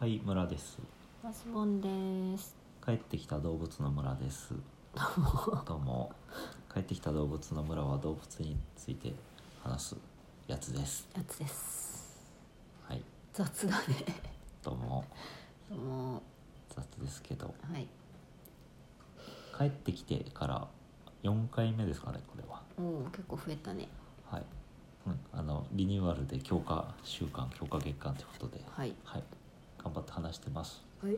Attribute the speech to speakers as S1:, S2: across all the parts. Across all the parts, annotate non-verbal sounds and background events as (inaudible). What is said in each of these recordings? S1: はい村です
S2: マスボンです。
S1: 帰ってきた動物の村ですどうも帰ってきた動物の村は動物について話すやつです
S2: やつです。
S1: はい
S2: 雑だね。
S1: どうも
S2: も
S1: 雑ですけど
S2: うはい。
S1: 帰ってきてから4回目ですかねこれは
S2: おお結構増えたね。
S1: はい、うん、あのリニューアルで強化週間強化月間ということで
S2: はい。
S1: はい頑張って話してます
S2: はい。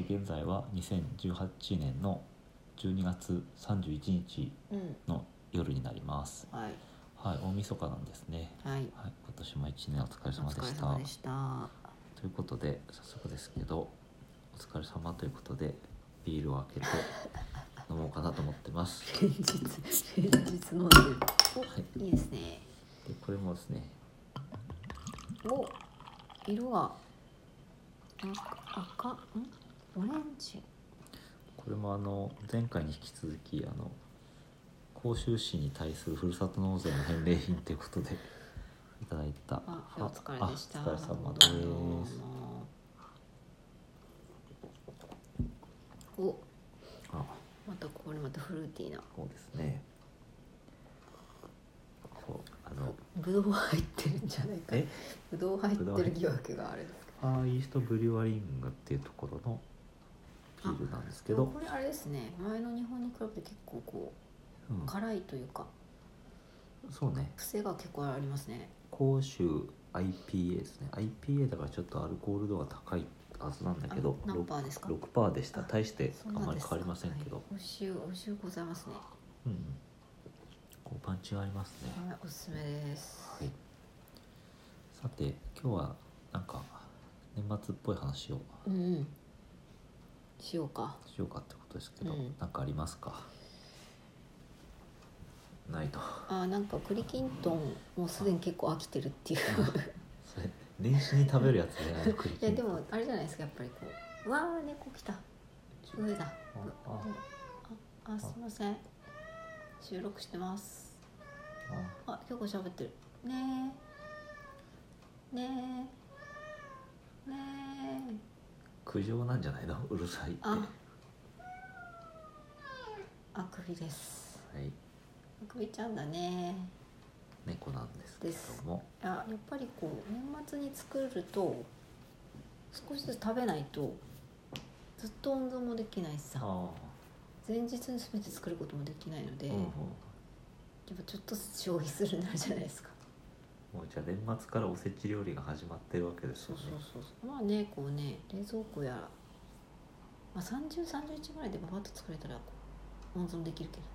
S1: で現在は2018年の12月31日
S2: うん。
S1: の夜になります
S2: はい。
S1: はい大晦日なんですね
S2: はい。
S1: はい今年も一年お疲れ
S2: お
S1: 様で
S2: 疲れ
S1: した
S2: 様でした。は
S1: ということで早速ですけどお疲れ様ということでビールを開け
S2: (laughs)
S1: て飲もうかなと思ってます
S2: い連日連日飲んでる。
S1: はい
S2: おいいですね。
S1: でこれもですね
S2: お色が赤赤んオレンジ。
S1: これもあの前回に引き続きあの甲州市に対するふるさと納税の返礼品ということでいただいた
S2: あお疲
S1: あ
S2: れでした。
S1: お疲れ様で
S2: どうも
S1: す
S2: お
S1: あ
S2: またこれまたフルーティーな。
S1: そうですねそうあの
S2: ぶどう入ってるんじゃないか
S1: え
S2: ぶどう入ってる疑惑があるんですけ
S1: ファーイーストブリュワリングっていうところのビールなんですけ
S2: ど
S1: ど
S2: これあれですね前の日本に比べて結構こ
S1: うん
S2: う辛いというか
S1: そうね
S2: 癖が結構ありますね
S1: 甲州 IPA ですね IPA だからちょっとアルコール度が高いはずなんだけど
S2: あ何パーですか
S1: 6パーでした
S2: あ
S1: 大して
S2: そ
S1: あ
S2: なん
S1: まり
S2: です
S1: 変
S2: か
S1: わりませんけど
S2: はい、おしゅうおしゅうございますね
S1: うんうんこうパンチがありますね、
S2: はいおすすめです
S1: はい、さて今日はなんか年末っぽい話を
S2: うんうんしようか
S1: しようかってことですけど、
S2: うん
S1: なんかありますかないと
S2: あなんか栗きんとんもうすでに結構飽きてる (laughs) っていう
S1: それ年始に食べるやつじゃないの栗
S2: (laughs) い
S1: き
S2: や
S1: ん
S2: で
S1: とん
S2: もあれじゃないですかやっぱりこううわー猫来た上だ
S1: ああ
S2: ああすいません収録してます
S1: あ
S2: あ、結構喋ってる。ねえ。ねえ。ねえ。
S1: 苦情なんじゃないの (laughs) うるさいって
S2: あ。あくびです。
S1: はい
S2: あくびちゃんだね。
S1: 猫なんですけども
S2: あ、やっぱりこう、年末に作ると。少しずつ食べないと。ずっと温存もできないしさ。
S1: あ
S2: 前日に全て作ることもできないので。
S1: あ、うんうん
S2: やっぱちょっと消費するなるじゃないですか。
S1: もうじゃあ年末からおせち料理が始まってるわけです
S2: そ
S1: よ
S2: う
S1: ね
S2: そうそうそうまあねこうね冷蔵庫やら、まあ、3031ぐらいでババッと作れたら温存できるけどね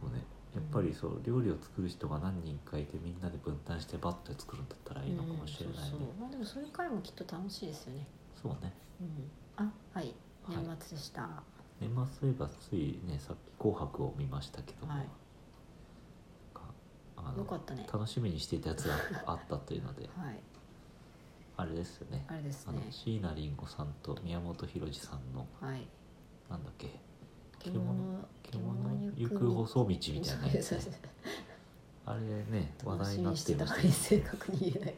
S1: そうねやっぱりそう料理を作る人が何人かいてみんなで分担してバッと作るんだったらいいのかもしれないね、
S2: うんそうそうまあでもそういう回もきっと楽しいですよね、
S1: そうね
S2: うん、あはい
S1: はい
S2: 年末でした、
S1: 年末といえばついねさっき「紅白」を見ましたけども、
S2: はい
S1: なんかあ
S2: よ
S1: の
S2: かったね
S1: 楽しみにしていたやつがあったというので
S2: はい
S1: あれですよね
S2: あれです
S1: あ
S2: ね
S1: の椎名林檎さんと宮本浩次さんの
S2: はい
S1: なんだっけ
S2: 獣
S1: 獣行く細道みたいなやつ
S2: そうそうそう
S1: あれね話
S2: 楽
S1: 題に
S2: しみ
S1: なっ
S2: にしてて
S1: い
S2: た
S1: ま
S2: か
S1: し
S2: ら
S1: た
S2: 正確に言えない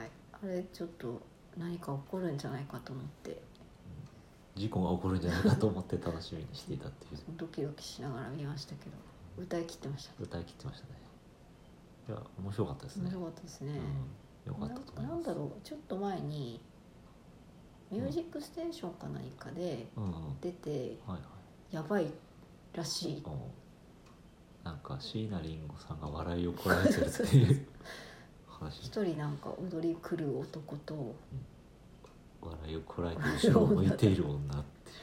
S2: はいあれちょっと何か起こるんじゃないかと思って
S1: 事故が起こるんじゃないかと思って楽しみにしていたっていう
S2: ドキドキしながら見ましたけど歌い切ってましたね
S1: 歌い切ってましたねいや面白かったです
S2: 面
S1: ね
S2: 白かったですね、
S1: うん、よかったと思い
S2: ななん
S1: ます
S2: だろうちょっと前に「ミュージックステーション」か何かで
S1: うんうんはい
S2: 出て
S1: はい
S2: やばいらしい
S1: うんなんか椎名林檎さんが笑いをこらえてる
S2: (laughs)
S1: っていう話
S2: 一人なんか踊り狂う男と
S1: 笑いをこらえて後ろを向いている女ってい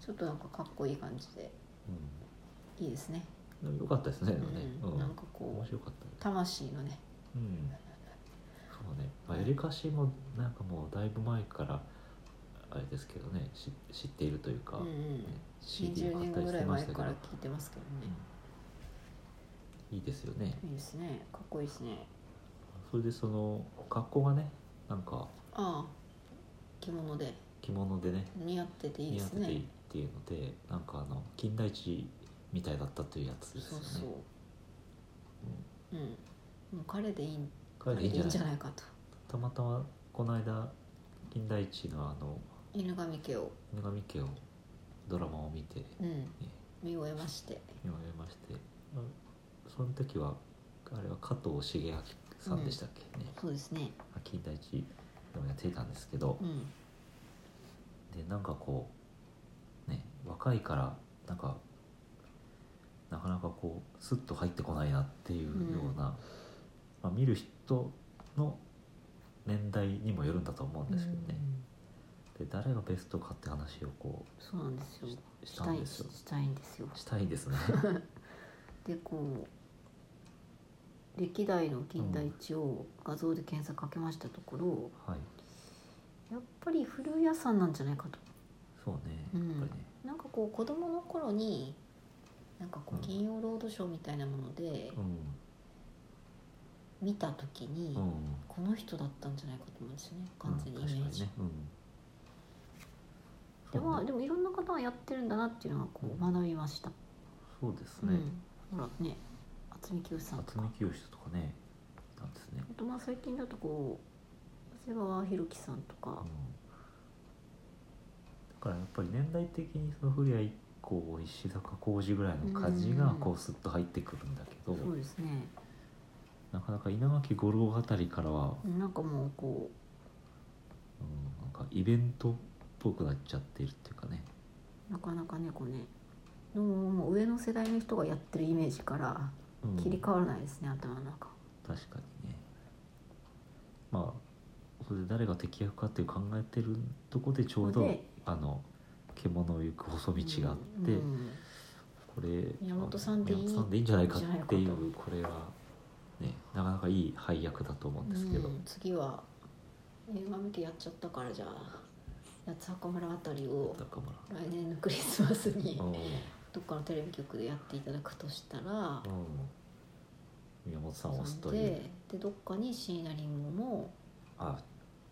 S2: ちょっとなんかかっこいい感じでいいですね、
S1: う、うん、でもよかったですね、で
S2: う
S1: もねうん
S2: んなんかこ
S1: 面
S2: う
S1: 白かったね
S2: 魂のね
S1: うんそうね、まあ、エレカシもなんかもうだいぶ前からあれですけどねし知っているというか、
S2: うんう
S1: ね、
S2: ん
S1: CD
S2: 20
S1: 買っ
S2: 年
S1: たり
S2: ぐ
S1: し
S2: ら
S1: て
S2: い
S1: ま
S2: 前
S1: したけ
S2: か
S1: ど
S2: ら聞いてますけどね
S1: いいですよね
S2: いいですねかっこいいですね
S1: それでその格好がねなんか
S2: ああ着物で
S1: 着物でね
S2: 似合ってていい
S1: 似
S2: で
S1: 合っ
S2: す
S1: て
S2: ね
S1: ていいっていうのでなんかあの金田一みたいだったというやつです
S2: そ
S1: よ
S2: う
S1: ね
S2: そううん、もう彼でいいん
S1: 彼でいいんじゃない
S2: いいんじゃないかと
S1: たまたまこの間金田一のあの
S2: 犬神家を、
S1: 犬神家をドラマを見て、ね、
S2: うん、見終えまして
S1: 見終えましてまあその時はあれは加藤茂明さんでしたっけね、
S2: そうですね
S1: まあ金田一でもやっていたんですけど
S2: う、ん
S1: でなんかこうね若いからなんかなかなかこうスッと入ってこないなっていうような、まあ、見る人の年代にもよるんだと思うんですけどね、で誰がベストかって話をこ
S2: そうなんですよ
S1: うししたんですよ
S2: ししたいんですよ
S1: したい (laughs) ですね
S2: でこう歴代の金田一を画像で検索かけましたところ、
S1: はい
S2: やっぱり古屋さんなんじゃないかと
S1: そうね
S2: う
S1: やっ
S2: ん
S1: ぱりね、
S2: なんかこう子供の頃になんか
S1: う
S2: こ
S1: ん
S2: う金曜ロードショーみたいなもので
S1: う
S2: 見た時に、
S1: んうん
S2: この人だったんじゃないかと思うんですよね完全にイメージ、
S1: うん確かにね
S2: で
S1: うん、
S2: も
S1: そうね
S2: でもいろんな方がやってるんだなっていうのはこう
S1: うん
S2: 学びました、
S1: そうです
S2: うん
S1: ね、
S2: ほらね渥美清さんと
S1: 渥
S2: か
S1: 美清とかねなんですね、
S2: あとまあ最近だとこう長谷川博己さんとか
S1: うん、だ、からやっぱり年代的にその古谷一行石坂浩二ぐらいの家事がこうスッと入ってくるんだけど、
S2: そうですね
S1: なかなか稲垣吾郎あたりからは、
S2: なんかもうこ
S1: うん、なんかイベントっぽくなっちゃってるっていうかね
S2: うなかなかねこうねもうもう上の世代の人がやってるイメージから
S1: うん
S2: 切り替わらないですね、頭の中
S1: 確かにねまあそれで誰が適役かっていう考えてるとこでちょう
S2: ここ
S1: ど
S2: で
S1: あの獣を行く細道があって、
S2: うん
S1: これ
S2: 宮本さんでいい
S1: 宮本さんでいいんじゃないかっ
S2: じゃないか
S1: て
S2: と
S1: いうこれはねなかなかいい配役だと思うんですけど、
S2: うん次は映画向けやっちゃったからじゃあ八つ墓村あたりを
S1: 中村
S2: 来年のクリスマスに
S1: うん、
S2: どっかのテレビ局でやっていただくとしたら
S1: うん、宮本さんを押すとい
S2: で
S1: う
S2: でどっかに椎名林檎も
S1: あ、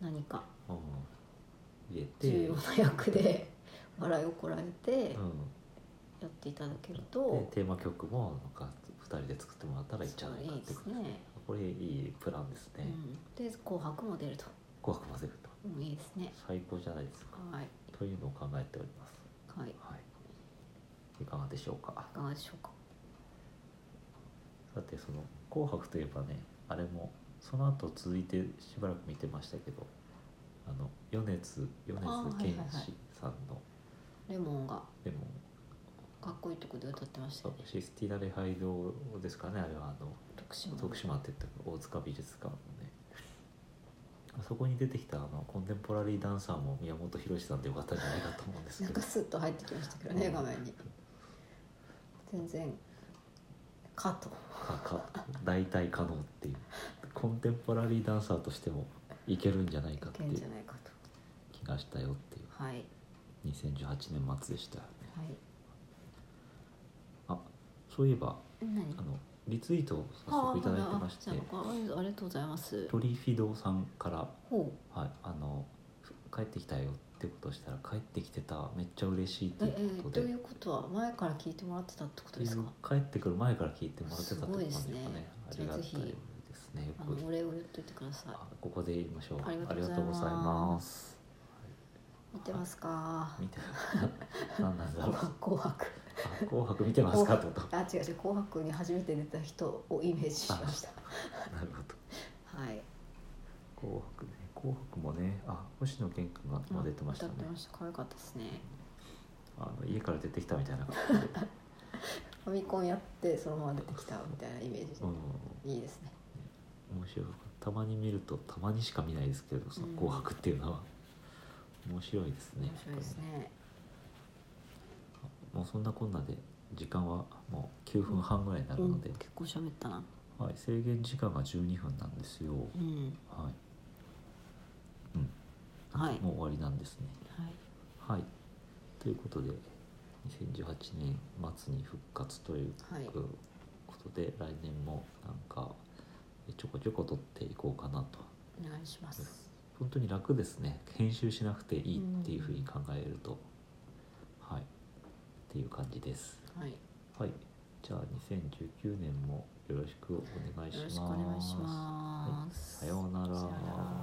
S2: 何か
S1: うん、入れて、
S2: 重
S1: う
S2: 要
S1: ん、
S2: な役で笑いをこらえてやっていただける
S1: で
S2: と
S1: テーマ曲もなんか2人で作ってもらったらいいんじゃないか
S2: い
S1: っ
S2: いで
S1: て
S2: すね、
S1: これいいプランです
S2: う
S1: ね、
S2: ん、で「紅白」も出ると、
S1: 紅白混ぜると
S2: うん、いいですね
S1: 最高じゃないですか
S2: はい
S1: というのを考えております
S2: はい
S1: はいいかがでしょうか
S2: いかがでしょうか
S1: さてその「紅白」といえばねあれもその後続いてしばらく見てましたけどあの米津米
S2: あーはい
S1: 津
S2: はい
S1: 玄
S2: はい
S1: 師さんの
S2: レモンが
S1: 「でも
S2: かっこいいとこで歌ってましたよね
S1: システィナレハイドですかねあれはあの
S2: 徳島の
S1: 徳島って言った大塚美術館のねあそこに出てきたあのコンテンポラリーダンサーも宮本浩次さんでよかったんじゃないかと思うんです
S2: な
S1: け
S2: ん
S1: ど
S2: かスッと入ってきましたけどね画面に全然「か」と
S1: かか大体可能っていうコンテンポラリーダンサーとしてもいけるんじゃない
S2: い
S1: かって
S2: け
S1: い
S2: ん
S1: う
S2: じゃないかと
S1: 気がしたよってい
S2: はいう
S1: 2018年末でした
S2: はい
S1: あそういえば
S2: 何
S1: あのリツイートを早速いただいてまして
S2: あああありがとうございます
S1: トリフィドさんから
S2: ほ
S1: 「はい、あのふ帰ってきたよ」ってことをしたら「帰ってきてためっちゃ嬉しい」っ
S2: う
S1: て
S2: え
S1: いう
S2: え
S1: こと
S2: とい
S1: で
S2: うことは前から聞いてもらってたってこと
S1: とい
S2: です
S1: う
S2: か
S1: 帰ってくる前から聞いてもらってたってことなんですす
S2: ごい
S1: か
S2: ですね
S1: ねありがたい
S2: じゃあぜひ
S1: ですねよ
S2: あ
S1: く
S2: のお礼を言っといてください
S1: あここで言いましょう
S2: ありがとうございます
S1: ありがとうございます
S2: 見てますか
S1: 見て何なんだろう
S2: 紅白紅白
S1: あ紅白見てますかってこと
S2: あ違う違う紅白に初めて出た人をイメージしました
S1: なるほど
S2: はい
S1: 紅白ね紅白もねあ星野源君が今出てましたね
S2: 歌ってました可愛かったですね
S1: あの家から出てきたみたいな感じで
S2: ファミコンやってそのまま出てきたみたいなイメージで
S1: うん
S2: いいですね
S1: 面白いたまに見るとたまにしか見ないですけどその
S2: うん
S1: 紅白っていうのは、面白いですね
S2: 面白いです
S1: やっ
S2: ね
S1: ぱりねもうそんなこんなで時間はもう9分半ぐらいになるので、
S2: 結構喋ったな
S1: はい、制限時間が12分なんですよ
S2: うん
S1: はい、うん、
S2: はい
S1: もう終わりなんですね
S2: は
S1: は
S2: い
S1: いということで2018年末に復活という
S2: はい
S1: ことで、来年もなんかちょこちょこ撮っていこうかなと
S2: お願いします
S1: 本当に楽ですね編集しなくていいっていうふうに考えると、はいっていう感じです
S2: はい
S1: はいじゃあ2019年もよろしくお願いし
S2: よ
S1: ま
S2: ろ
S1: す
S2: しくお願いします、
S1: はいさようなら
S2: さようなら